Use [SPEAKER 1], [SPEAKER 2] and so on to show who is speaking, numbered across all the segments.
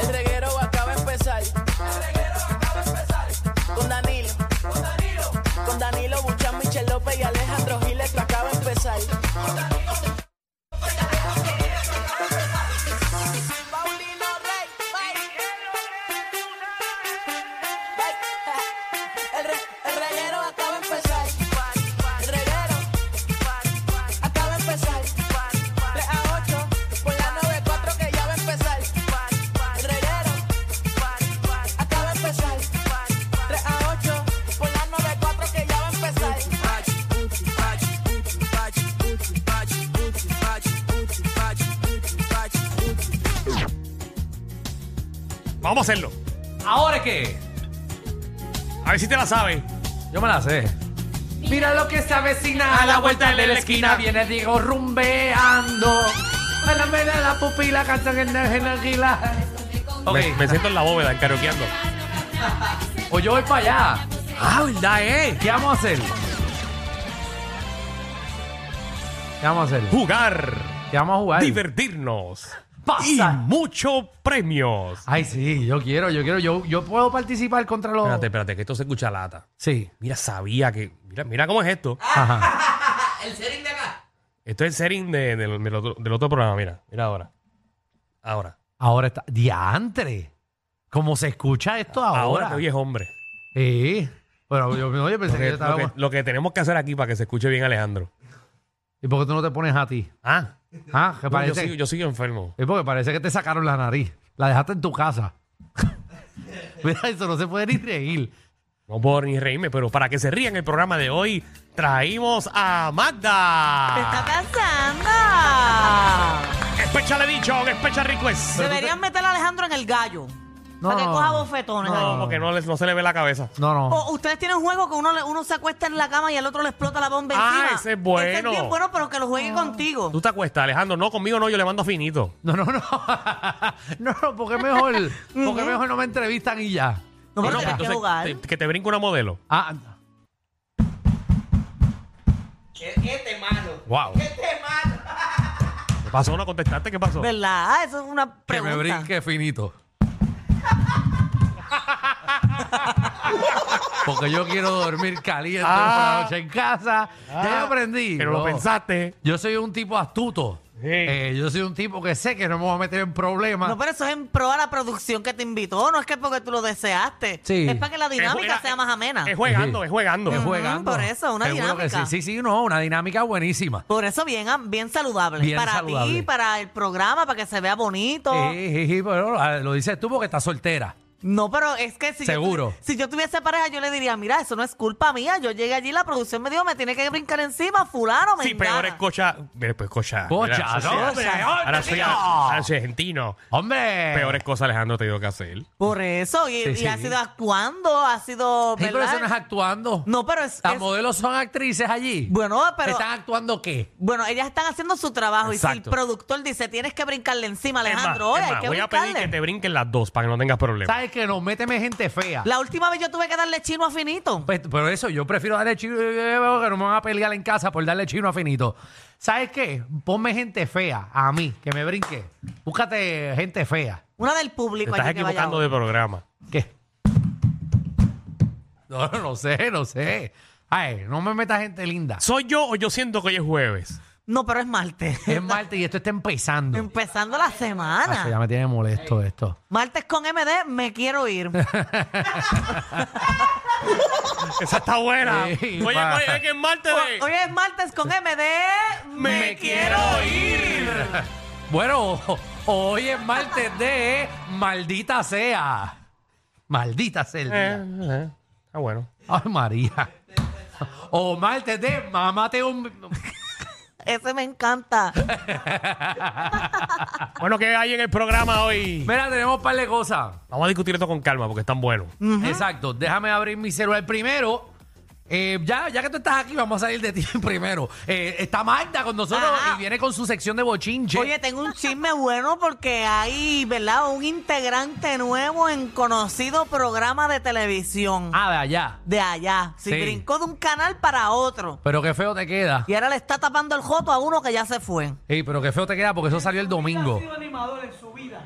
[SPEAKER 1] El reguero acaba de empezar. Con Danilo. Con Danilo Buchan, Michel López y Alejandro Giles esto acaba de empezar. Paulino Rey. El, re- el reguero acaba de empezar. El reguero acaba de empezar. 3 a 8 por la 94 que ya va a empezar. El reguero acaba de empezar. 3 a 8 por la 94 que ya va a empezar.
[SPEAKER 2] Vamos a hacerlo.
[SPEAKER 3] ¿Ahora qué?
[SPEAKER 2] A ver si te la sabes.
[SPEAKER 3] Yo me la sé. Mira lo que se avecina a la vuelta de la esquina. Viene Diego rumbeando. A la mera la pupila, cantan en el en el águila. Ok,
[SPEAKER 2] Me, me siento en la bóveda, karaokeando.
[SPEAKER 3] o pues yo voy para allá.
[SPEAKER 2] Ah, ¿verdad, eh?
[SPEAKER 3] ¿Qué vamos a hacer? ¿Qué vamos a hacer?
[SPEAKER 2] Jugar,
[SPEAKER 3] ¿Qué vamos a jugar?
[SPEAKER 2] divertirnos
[SPEAKER 3] Pasa.
[SPEAKER 2] y muchos premios.
[SPEAKER 3] Ay, sí, yo quiero, yo quiero. Yo, yo puedo participar contra los.
[SPEAKER 2] Espérate, espérate, que esto se escucha lata.
[SPEAKER 3] Sí.
[SPEAKER 2] Mira, sabía que. Mira, mira cómo es esto.
[SPEAKER 3] Ajá.
[SPEAKER 2] Esto es el setting de- del, del otro, del otro programa. Mira, mira ahora. Ahora.
[SPEAKER 3] Ahora está. Diantre. ¿Cómo se escucha esto ahora?
[SPEAKER 2] Ahora te oyes hombre.
[SPEAKER 3] Sí. Bueno, yo, yo pensé
[SPEAKER 2] Lo
[SPEAKER 3] que
[SPEAKER 2] que,
[SPEAKER 3] yo estaba.
[SPEAKER 2] lo que- lo que tenemos que hacer aquí para que se escuche bien Alejandro.
[SPEAKER 3] ¿Y por qué tú no te pones a ti?
[SPEAKER 2] Ah,
[SPEAKER 3] Ah, que
[SPEAKER 2] no, yo,
[SPEAKER 3] parece.
[SPEAKER 2] sigo, yo sigo enfermo.
[SPEAKER 3] Es porque parece que te sacaron la nariz. La dejaste en tu casa. Mira, eso no se puede ni reír.
[SPEAKER 2] No puedo ni reírme, pero para que se rían el programa de hoy, traímos a Magda.
[SPEAKER 4] pasando?
[SPEAKER 2] Especha le dicho, especha request.
[SPEAKER 4] Ah, Deberían meter a Alejandro en el gallo.
[SPEAKER 3] No,
[SPEAKER 4] para que
[SPEAKER 3] no,
[SPEAKER 4] coja
[SPEAKER 3] no.
[SPEAKER 4] bofetones.
[SPEAKER 2] No, porque no, les- no se le ve la cabeza.
[SPEAKER 3] No, no.
[SPEAKER 4] O ustedes tienen un juego que uno, le- uno se acuesta en la cama y al otro le explota la bomba
[SPEAKER 2] Ah,
[SPEAKER 4] encima.
[SPEAKER 2] ese es bueno.
[SPEAKER 4] Ese es bien bueno, pero que lo juegue contigo.
[SPEAKER 2] Tú te acuestas, Alejandro. No, conmigo no, yo le mando finito.
[SPEAKER 3] No, no, no. no, no, porque mejor. Porque mejor no me entrevistan y ya.
[SPEAKER 4] No, pero
[SPEAKER 2] No,
[SPEAKER 4] tienes que
[SPEAKER 2] entonces,
[SPEAKER 4] jugar.
[SPEAKER 2] te- que te brinque una modelo.
[SPEAKER 3] Ah,
[SPEAKER 2] Wow. ¿Qué pasó? ¿No contestaste? ¿Qué pasó?
[SPEAKER 4] ¿Verdad? Ah, eso es una
[SPEAKER 3] que me
[SPEAKER 4] pregunta.
[SPEAKER 3] brinque finito. Porque yo quiero dormir caliente
[SPEAKER 2] Ah.
[SPEAKER 3] una noche en casa. ya yo aprendí.
[SPEAKER 2] Pero lo
[SPEAKER 3] No.
[SPEAKER 2] pensaste.
[SPEAKER 3] Yo soy un tipo astuto.
[SPEAKER 2] Sí.
[SPEAKER 3] Eh, yo soy un tipo que sé que no me voy a meter en problemas.
[SPEAKER 4] No, pero eso es en pro a la producción que te invitó. No es que porque tú lo deseaste.
[SPEAKER 3] Sí.
[SPEAKER 4] Es para que la dinámica
[SPEAKER 2] Es ju-
[SPEAKER 4] sea más amena.
[SPEAKER 2] Es jugando, es jugando.
[SPEAKER 3] Es
[SPEAKER 4] Ujú, pues, mm, por eso, una
[SPEAKER 3] eh, Seguro que
[SPEAKER 4] dinámica.
[SPEAKER 3] sí, sí, sí, no, una dinámica buenísima.
[SPEAKER 4] Por eso bien, am- bien saludable.
[SPEAKER 3] Bien
[SPEAKER 4] para ti,
[SPEAKER 3] saludable.
[SPEAKER 4] para el programa, para que se vea bonito.
[SPEAKER 3] Sí, sí, sí, pero ah, lo dices tú porque estás soltera.
[SPEAKER 4] No, pero es que si,
[SPEAKER 3] Seguro.
[SPEAKER 4] Yo, tuvi- si yo tuviese pareja, yo le diría, mira, eso no es culpa mía. Yo llegué allí, la producción me dijo, me tiene que brincar encima, fulano, me
[SPEAKER 2] Sí, peor es cocha. eh, Pues cocha.
[SPEAKER 3] Cocha,
[SPEAKER 2] Mira,
[SPEAKER 3] ¿no?
[SPEAKER 2] soy-
[SPEAKER 3] Hombre,
[SPEAKER 2] Ahora
[SPEAKER 3] hombre,
[SPEAKER 2] soy,
[SPEAKER 3] tío.
[SPEAKER 2] ahora soy argentino.
[SPEAKER 4] Eh.
[SPEAKER 3] Hombre.
[SPEAKER 2] Peores cosas, Alejandro, te digo que hacer.
[SPEAKER 4] Por eso, y,
[SPEAKER 3] Sí,
[SPEAKER 4] y
[SPEAKER 3] sí.
[SPEAKER 4] ha sido actuando, ha sido...
[SPEAKER 3] Sí, pero
[SPEAKER 4] ¿verdad?
[SPEAKER 3] eso no es actuando.
[SPEAKER 4] No, pero es...
[SPEAKER 3] Las
[SPEAKER 4] es-
[SPEAKER 3] modelos son actrices allí.
[SPEAKER 4] bueno, pero...
[SPEAKER 3] ¿Están actuando qué?
[SPEAKER 4] Bueno, ellas están haciendo su trabajo y si
[SPEAKER 3] Exacto.
[SPEAKER 4] el productor dice, tienes que brincarle encima,
[SPEAKER 2] Es más,
[SPEAKER 4] Alejandro, oye,
[SPEAKER 2] es
[SPEAKER 4] hay
[SPEAKER 2] más,
[SPEAKER 4] que
[SPEAKER 2] voy a
[SPEAKER 4] brincarle.
[SPEAKER 2] pedir que te brinquen las dos para que no tengas problemas.
[SPEAKER 3] ¿Sabes que no, méteme gente fea.
[SPEAKER 4] La última vez yo tuve que darle chino a Finito.
[SPEAKER 3] Pues, pero eso, yo prefiero darle chino eh, que no me van a pelear en casa por darle chino a finito. ¿Sabes qué? Ponme gente fea a mí, que me brinque. Búscate gente fea.
[SPEAKER 4] Una del
[SPEAKER 2] Te
[SPEAKER 4] público.
[SPEAKER 2] estás
[SPEAKER 4] allí que vaya
[SPEAKER 2] equivocando de
[SPEAKER 4] ahora.
[SPEAKER 2] programa.
[SPEAKER 3] ¿Qué? No, no, no sé, no sé. Ay, no me metas gente linda.
[SPEAKER 2] ¿Soy yo o yo siento que hoy es jueves?
[SPEAKER 4] No, pero es martes.
[SPEAKER 3] Es martes Ah, y esto está empezando.
[SPEAKER 4] Empezando la
[SPEAKER 3] Acho, ya
[SPEAKER 4] semana.
[SPEAKER 3] me tiene molesto esto.
[SPEAKER 4] Martes con MD, me quiero ir.
[SPEAKER 2] Esa está buena.
[SPEAKER 3] Sí,
[SPEAKER 2] oye,
[SPEAKER 3] pa.
[SPEAKER 2] oye, es que es martes de...
[SPEAKER 4] Hoy es martes con MD, me, quiero ir.
[SPEAKER 3] Bueno, o- hoy es martes de Maldita sea. Maldita sea el día.
[SPEAKER 2] Eh, eh, Ah, bueno.
[SPEAKER 3] Ay, María. O martes de Mamate un.
[SPEAKER 4] Ese me encanta.
[SPEAKER 2] Bueno, ¿qué hay en el programa hoy?
[SPEAKER 3] Mira, tenemos un par de cosas.
[SPEAKER 2] Vamos a discutir esto con calma porque están buenos.
[SPEAKER 3] Exacto. Déjame abrir mi celular primero. Eh, ya, ya que tú estás aquí, vamos a salir de ti primero. Eh, está Magda con nosotros
[SPEAKER 4] Ajá.
[SPEAKER 3] y viene con su sección de bochinche.
[SPEAKER 4] Oye, tengo un chisme bueno porque hay, ¿verdad? Un integrante nuevo en conocido programa de televisión
[SPEAKER 3] Ah, de allá.
[SPEAKER 4] de allá. Se
[SPEAKER 3] Sí.
[SPEAKER 4] brincó de un canal para otro.
[SPEAKER 3] Pero qué feo te queda.
[SPEAKER 4] Y ahora le está tapando el joto a uno que ya se fue.
[SPEAKER 3] Ey, pero qué feo te queda porque eso salió el domingo.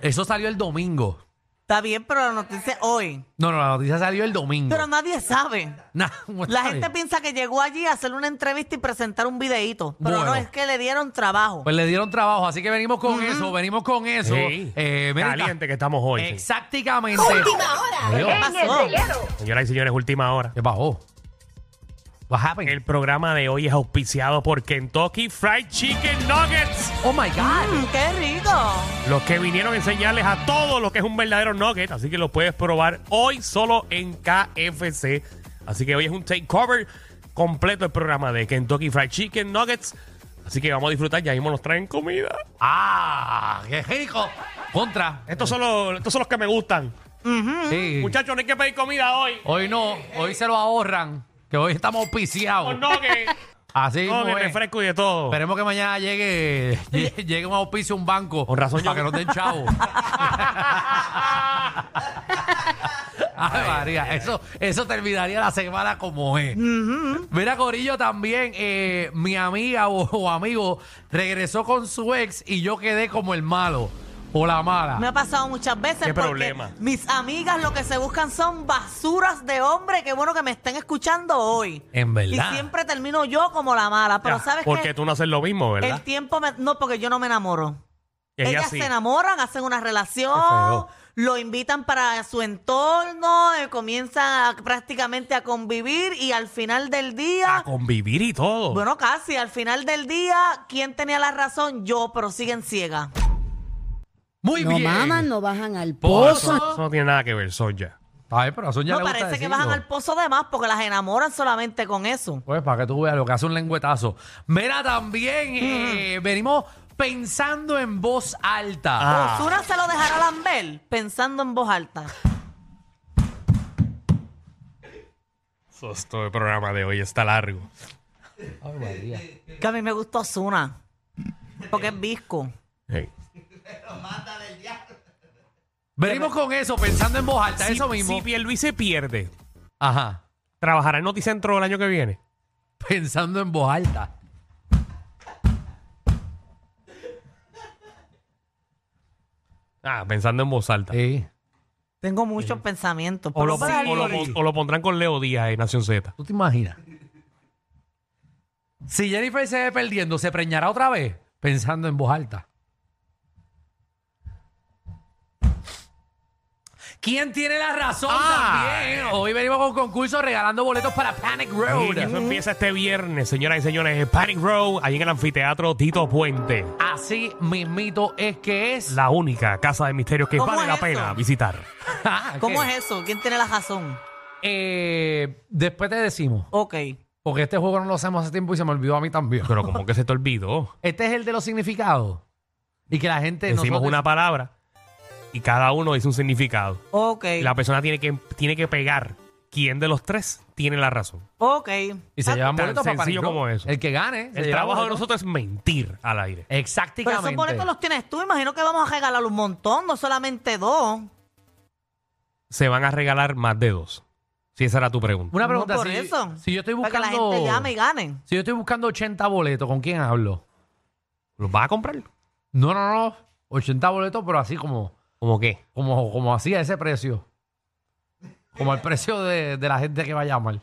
[SPEAKER 3] Eso salió el domingo.
[SPEAKER 4] Está bien, pero la noticia es hoy.
[SPEAKER 3] No, no, la noticia salió el domingo.
[SPEAKER 4] Pero nadie sabe.
[SPEAKER 3] Nah, ¿cómo
[SPEAKER 4] La
[SPEAKER 3] sabes?
[SPEAKER 4] gente piensa que llegó allí a hacer una entrevista y presentar un videíto. Pero
[SPEAKER 3] Bueno.
[SPEAKER 4] no, es que le dieron trabajo.
[SPEAKER 3] Pues le dieron trabajo, así que venimos con eso, venimos con eso.
[SPEAKER 2] Sí.
[SPEAKER 3] Eh, mira,
[SPEAKER 2] Caliente que estamos hoy. sí.
[SPEAKER 3] Exactamente.
[SPEAKER 4] ¿Qué
[SPEAKER 3] Adiós.
[SPEAKER 4] pasó?
[SPEAKER 2] Señoras y señores, última hora.
[SPEAKER 3] ¿Qué pasó? What happened?
[SPEAKER 2] El programa de hoy es auspiciado por Kentucky Fried Chicken Nuggets.
[SPEAKER 3] Oh my God.
[SPEAKER 4] Mm, ¡Qué rico!
[SPEAKER 2] Los que vinieron a enseñarles a todos lo que es un verdadero nugget. Así que lo puedes probar hoy solo en KFC. Así que hoy es un takeover completo el programa de Kentucky Fried Chicken Nuggets. Así que vamos a disfrutar. Ya mismo nos traen comida.
[SPEAKER 3] Ah, qué rico. Contra.
[SPEAKER 2] Estos son los, estos son los que me gustan.
[SPEAKER 3] Sí.
[SPEAKER 2] Muchachos, no hay que pedir comida hoy.
[SPEAKER 3] Hoy no, hoy se lo ahorran, que hoy estamos
[SPEAKER 2] Con
[SPEAKER 3] auspiciados.
[SPEAKER 2] nuggets,
[SPEAKER 3] Así
[SPEAKER 2] con
[SPEAKER 3] mismo es.
[SPEAKER 2] refresco y de todo.
[SPEAKER 3] Esperemos que mañana llegue, lle- llegue un auspicio, un banco.
[SPEAKER 2] Con razón
[SPEAKER 3] Para
[SPEAKER 2] yo-
[SPEAKER 3] que nos den chavo. Ay, María, eso, eso terminaría la semana como es. Mira, Corillo, también eh, mi amiga o, o amigo regresó con su ex y yo quedé como el malo o la mala.
[SPEAKER 4] Me ha pasado muchas veces
[SPEAKER 2] ¿Qué
[SPEAKER 4] porque
[SPEAKER 2] problema?
[SPEAKER 4] mis amigas lo que se buscan son basuras de hombre. Qué bueno que me estén escuchando hoy.
[SPEAKER 3] En verdad.
[SPEAKER 4] Y siempre termino yo como la mala. Pero ¿sabes
[SPEAKER 2] Porque
[SPEAKER 4] qué?
[SPEAKER 2] tú no haces lo mismo,
[SPEAKER 4] El
[SPEAKER 2] ¿verdad?
[SPEAKER 4] tiempo me... No, porque yo no me enamoro.
[SPEAKER 2] Y ella
[SPEAKER 4] Ellas
[SPEAKER 2] sí.
[SPEAKER 4] se enamoran, hacen una
[SPEAKER 3] Qué
[SPEAKER 4] relación,
[SPEAKER 3] feo.
[SPEAKER 4] lo invitan para su entorno, eh, comienzan a- prácticamente a convivir y al final del
[SPEAKER 2] A
[SPEAKER 4] día,
[SPEAKER 2] convivir y todo.
[SPEAKER 4] bueno, casi, al final del día, ¿quién tenía la razón? Yo, pero siguen ciega.
[SPEAKER 3] Muy
[SPEAKER 5] No
[SPEAKER 3] bien.
[SPEAKER 5] maman, no bajan al
[SPEAKER 2] eso,
[SPEAKER 5] pozo.
[SPEAKER 2] eso no tiene nada que ver, son ya.
[SPEAKER 3] Ay, pero a Sonia
[SPEAKER 4] No,
[SPEAKER 3] le gusta
[SPEAKER 4] parece que
[SPEAKER 3] decirlo.
[SPEAKER 4] bajan al pozo de más porque las enamoran solamente con eso.
[SPEAKER 3] Pues para que tú veas lo que hace un lengüetazo. Mira,
[SPEAKER 5] Mm.
[SPEAKER 3] también eh, venimos pensando en voz alta.
[SPEAKER 2] Ah.
[SPEAKER 4] Osuna se lo dejará lamber pensando en voz alta.
[SPEAKER 2] Eso es todo el programa de hoy, está largo.
[SPEAKER 4] Que a mí me gustó Osuna porque es visco.
[SPEAKER 2] Hey.
[SPEAKER 3] Venimos con eso, pensando en voz alta,
[SPEAKER 2] Si,
[SPEAKER 3] eso mismo.
[SPEAKER 2] si Pierluisi pierde,
[SPEAKER 3] Ajá.
[SPEAKER 2] ¿trabajará en Noticentro el año que viene?
[SPEAKER 3] Pensando en voz alta.
[SPEAKER 2] Ah, pensando en voz alta.
[SPEAKER 3] Sí.
[SPEAKER 4] Tengo muchos pensamientos.
[SPEAKER 2] O lo,
[SPEAKER 4] pero
[SPEAKER 2] o lo- o lo pondrán con Leo Díaz en Nación Z.
[SPEAKER 3] ¿Tú te imaginas? Si Jennifer se ve perdiendo, ¿se preñará otra vez? Pensando en voz alta. ¿Quién tiene la razón
[SPEAKER 2] Ah.
[SPEAKER 3] también? Hoy venimos con concurso regalando boletos para Panic
[SPEAKER 2] Y
[SPEAKER 3] Road.
[SPEAKER 2] eso empieza este viernes, señoras y señores. Panic Row, ahí en el anfiteatro Tito Puente.
[SPEAKER 3] Así mismito es que es.
[SPEAKER 2] La única casa de misterios que
[SPEAKER 4] ¿Cómo
[SPEAKER 2] vale
[SPEAKER 4] es
[SPEAKER 2] la
[SPEAKER 4] eso?
[SPEAKER 2] pena visitar.
[SPEAKER 3] Ah,
[SPEAKER 4] ¿Cómo
[SPEAKER 3] ¿qué?
[SPEAKER 4] es eso? ¿Quién tiene la razón?
[SPEAKER 3] Eh, después te decimos,
[SPEAKER 4] Ok.
[SPEAKER 3] porque este juego no lo hacemos hace tiempo y se me olvidó a mí también.
[SPEAKER 2] Pero como que se te olvidó.
[SPEAKER 3] Este es el de los significados. Y que la gente...
[SPEAKER 2] Decimos
[SPEAKER 3] nosotros-
[SPEAKER 2] una palabra y cada uno dice un significado.
[SPEAKER 4] Ok,
[SPEAKER 2] Y la persona tiene que, tiene que pegar quién de los tres tiene la razón.
[SPEAKER 4] ok.
[SPEAKER 3] Y se
[SPEAKER 4] Ah,
[SPEAKER 3] llevan
[SPEAKER 2] Tan
[SPEAKER 3] boletos para
[SPEAKER 2] sencillo
[SPEAKER 3] Panic Rock.
[SPEAKER 2] como eso.
[SPEAKER 3] El que gane. se
[SPEAKER 2] El
[SPEAKER 3] lleva
[SPEAKER 2] trabajo de
[SPEAKER 3] boletos.
[SPEAKER 2] nosotros es mentir al aire.
[SPEAKER 4] Pero
[SPEAKER 3] Exactamente.
[SPEAKER 4] esos boletos los tienes tú, imagino que vamos a regalar un montón, no solamente dos.
[SPEAKER 2] se van a regalar más de dos? Si esa era tu pregunta.
[SPEAKER 3] Una pregunta.
[SPEAKER 4] No, por
[SPEAKER 3] si,
[SPEAKER 4] eso.
[SPEAKER 3] si yo estoy
[SPEAKER 4] Para que la
[SPEAKER 3] buscando.
[SPEAKER 4] gente llame y gane.
[SPEAKER 3] Si yo estoy buscando 80 boletos, ¿con quién hablo?
[SPEAKER 2] ¿Los vas a comprar?
[SPEAKER 3] No, no, no. 80 boletos, pero así como,
[SPEAKER 2] ¿Cómo qué?
[SPEAKER 3] como, como así, a ese precio. Como el precio de, de la gente que va a llamar.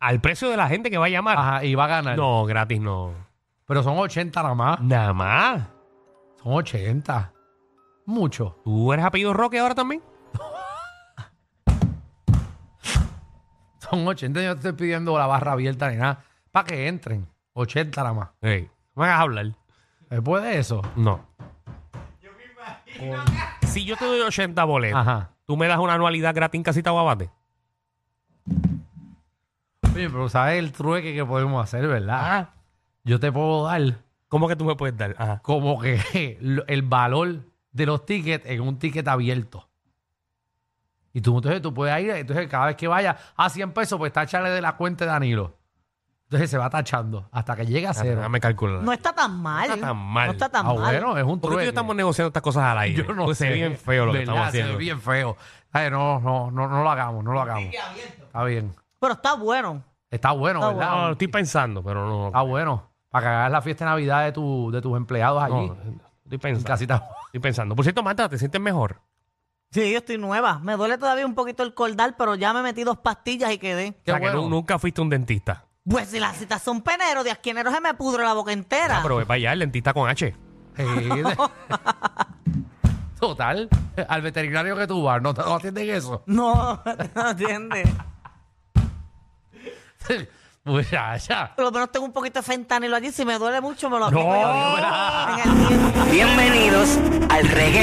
[SPEAKER 2] Al precio de la gente que va a llamar.
[SPEAKER 3] Ajá, y va a ganar.
[SPEAKER 2] No, gratis no.
[SPEAKER 3] Pero son 80 nada más.
[SPEAKER 2] Nada más.
[SPEAKER 3] Son 80. Mucho.
[SPEAKER 2] ¿Tú eres apellido Roque ahora también?
[SPEAKER 3] Son 80. Yo no estoy pidiendo la barra abierta ni nada. Para que entren. 80 nada más.
[SPEAKER 2] Ey, no me hagas hablar.
[SPEAKER 3] Después de eso.
[SPEAKER 2] No. Si yo te doy 80 boletos,
[SPEAKER 3] Ajá.
[SPEAKER 2] ¿tú me das una anualidad gratis en casita guabate?
[SPEAKER 3] Oye, pero ¿sabes el trueque que podemos hacer, verdad?
[SPEAKER 2] Ah.
[SPEAKER 3] Yo te puedo dar
[SPEAKER 2] ¿Cómo que tú me puedes dar? Ajá.
[SPEAKER 3] como que lo- el valor de los tickets en un ticket abierto. Y tú, entonces tú puedes ir, entonces cada vez que vaya a 100 pesos, pues táchale de la cuenta de Danilo. Entonces se va tachando hasta que llegue a cero.
[SPEAKER 2] Déjame calcular.
[SPEAKER 4] No está tan mal.
[SPEAKER 2] No está tan mal.
[SPEAKER 4] No está tan
[SPEAKER 3] ah,
[SPEAKER 4] mal.
[SPEAKER 3] bueno, es
[SPEAKER 2] ¿Por qué
[SPEAKER 3] un
[SPEAKER 2] tú y
[SPEAKER 3] trueque.
[SPEAKER 2] yo estamos negociando estas cosas al aire?
[SPEAKER 3] Yo no
[SPEAKER 2] Pues se
[SPEAKER 3] sé.
[SPEAKER 2] ve bien feo lo que
[SPEAKER 3] ¿Verdad?
[SPEAKER 2] estamos
[SPEAKER 3] Se
[SPEAKER 2] haciendo.
[SPEAKER 3] ve bien feo. Ay, no, no, no, no lo hagamos, no lo hagamos. Está bien.
[SPEAKER 4] Pero está bueno.
[SPEAKER 3] Está bueno,
[SPEAKER 4] Está
[SPEAKER 3] ¿verdad?
[SPEAKER 2] No, estoy pensando, pero no.
[SPEAKER 3] Está Ah, bueno. Para que hagas la fiesta de Navidad de, tu, de tus empleados allí.
[SPEAKER 2] no, estoy
[SPEAKER 3] en
[SPEAKER 2] pensando.
[SPEAKER 3] casita.
[SPEAKER 2] Estoy pensando. Por cierto, Marta, ¿te sientes mejor?
[SPEAKER 4] Sí, yo estoy nueva. Me duele todavía un poquito el cordal, pero ya me metí dos pastillas y quedé.
[SPEAKER 3] Qué
[SPEAKER 2] o sea, que
[SPEAKER 3] bueno.
[SPEAKER 2] nu- nunca fuiste un dentista.
[SPEAKER 4] Pues si las citas son peneros, de aquí a enero se me pudre la boca entera.
[SPEAKER 2] Ah, pero ve para allá, el dentista con H.
[SPEAKER 3] Sí, de- Total, al veterinario que tú vas, no, te- no atienden eso.
[SPEAKER 4] No, no entiendes.
[SPEAKER 3] Muchacha.
[SPEAKER 4] Por lo menos tengo un poquito de fentanilo allí. Si me duele mucho, me lo aplico
[SPEAKER 2] No.
[SPEAKER 4] yo. En el diente.
[SPEAKER 5] Bienvenidos al reggae.